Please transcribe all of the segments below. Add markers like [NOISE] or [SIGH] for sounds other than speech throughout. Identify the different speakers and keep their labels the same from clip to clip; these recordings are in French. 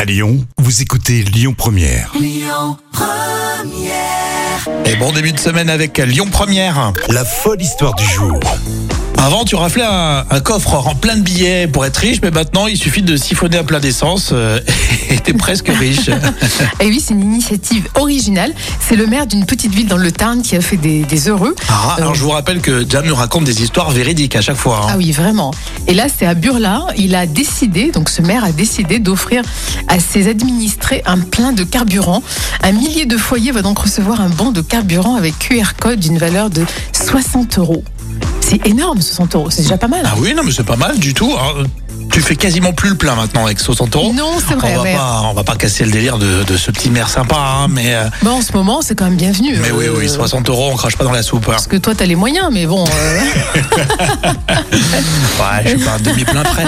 Speaker 1: À Lyon, vous écoutez Lyon Première.
Speaker 2: Et bon début de semaine avec Lyon Première.
Speaker 1: La folle histoire du jour.
Speaker 2: Avant, tu raflais un, un coffre en plein de billets pour être riche, mais maintenant, il suffit de siphonner un plein d'essence euh, [LAUGHS] et t'es presque riche.
Speaker 3: Et Eh oui, c'est une initiative originale. C'est le maire d'une petite ville dans le Tarn qui a fait des, des heureux.
Speaker 2: Ah, alors, je vous rappelle que Jam nous raconte des histoires véridiques à chaque fois. hein.
Speaker 3: Ah oui, vraiment. Et là, c'est à Burla. Il a décidé, donc ce maire a décidé d'offrir à ses administrés un plein de carburant. Un millier de foyers va donc recevoir un bon de carburant avec QR code d'une valeur de 60 euros. C'est énorme, 60 euros. C'est déjà pas mal.
Speaker 2: Ah oui, non, mais c'est pas mal du tout. hein. Tu fais quasiment plus le plein maintenant avec 60 euros.
Speaker 3: Non, c'est vrai,
Speaker 2: On va,
Speaker 3: ouais.
Speaker 2: pas, on va pas casser le délire de, de ce petit maire sympa, hein, mais, euh,
Speaker 3: Bah, en ce moment, c'est quand même bienvenu.
Speaker 2: mais oui,
Speaker 3: Euh,
Speaker 2: oui, 60 euros, on crache pas dans la soupe. hein.
Speaker 3: Parce que toi, t'as les moyens,
Speaker 2: [LAUGHS]
Speaker 3: mais bon. euh,
Speaker 2: Ouais, je suis pas un demi-plein
Speaker 3: [LAUGHS]
Speaker 2: près.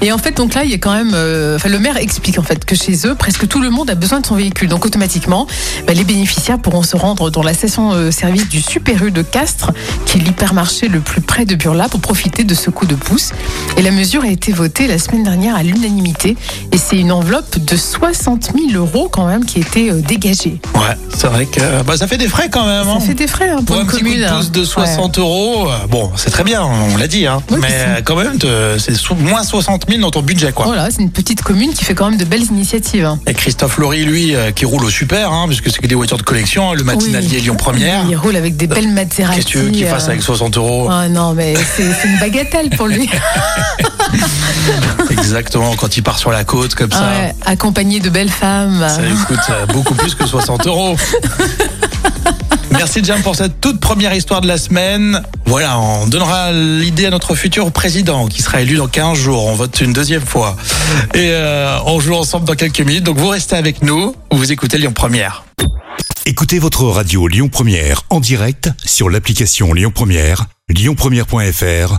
Speaker 3: Et en fait, donc là, il y a quand même. euh, Enfin, le maire explique en fait que chez eux, presque tout le monde a besoin de son véhicule. Donc automatiquement, bah, les bénéficiaires pourront se rendre dans la station-service du Super U de Castres, qui est l'hypermarché le plus près de Burla, pour profiter de ce coup de pouce. Et la mesure a été votée la semaine dernière à l'unanimité. Et c'est une enveloppe de 60 000 euros quand même qui a été euh, dégagée.
Speaker 2: Ouais, c'est vrai que bah, ça fait des frais quand même. hein.
Speaker 3: Ça fait des frais hein, pour
Speaker 2: Pour un
Speaker 3: une
Speaker 2: petit
Speaker 3: commune.
Speaker 2: coup de
Speaker 3: hein.
Speaker 2: pouce de 60 euros, euh, bon, c'est très bien, on l'a dit, hein.
Speaker 3: Oui,
Speaker 2: mais
Speaker 3: c'est ça.
Speaker 2: euh, quand même, te- c'est sous- moins 60 000 dans ton budget, quoi.
Speaker 3: Voilà, Oh c'est une petite commune qui fait quand même de belles initiatives. hein.
Speaker 2: Et Christophe Laurie, lui, euh, qui roule au super, hein, puisque c'est que des voitures de collection, hein, le matinalier
Speaker 3: Oui.
Speaker 2: Lyon Première.
Speaker 3: Il roule avec des belles Maserati.
Speaker 2: Qu'est-ce que tu veux qu'il
Speaker 3: euh,
Speaker 2: fasse avec 60 euros
Speaker 3: Ah non, mais c'est c'est une bagatelle pour lui.
Speaker 2: Exactement, quand il part sur la côte comme ça.
Speaker 3: Ah ouais, accompagné de belles femmes.
Speaker 2: Ça lui coûte euh, beaucoup plus que 60 euros. Merci Jam pour cette toute première histoire de la semaine. Voilà, on donnera l'idée à notre futur président qui sera élu dans 15 jours. On vote une deuxième fois. Et euh, on joue ensemble dans quelques minutes. Donc vous restez avec nous ou vous écoutez Lyon Première.
Speaker 1: Écoutez votre radio Lyon Première en direct sur l'application Lyon Première, lyonpremière.fr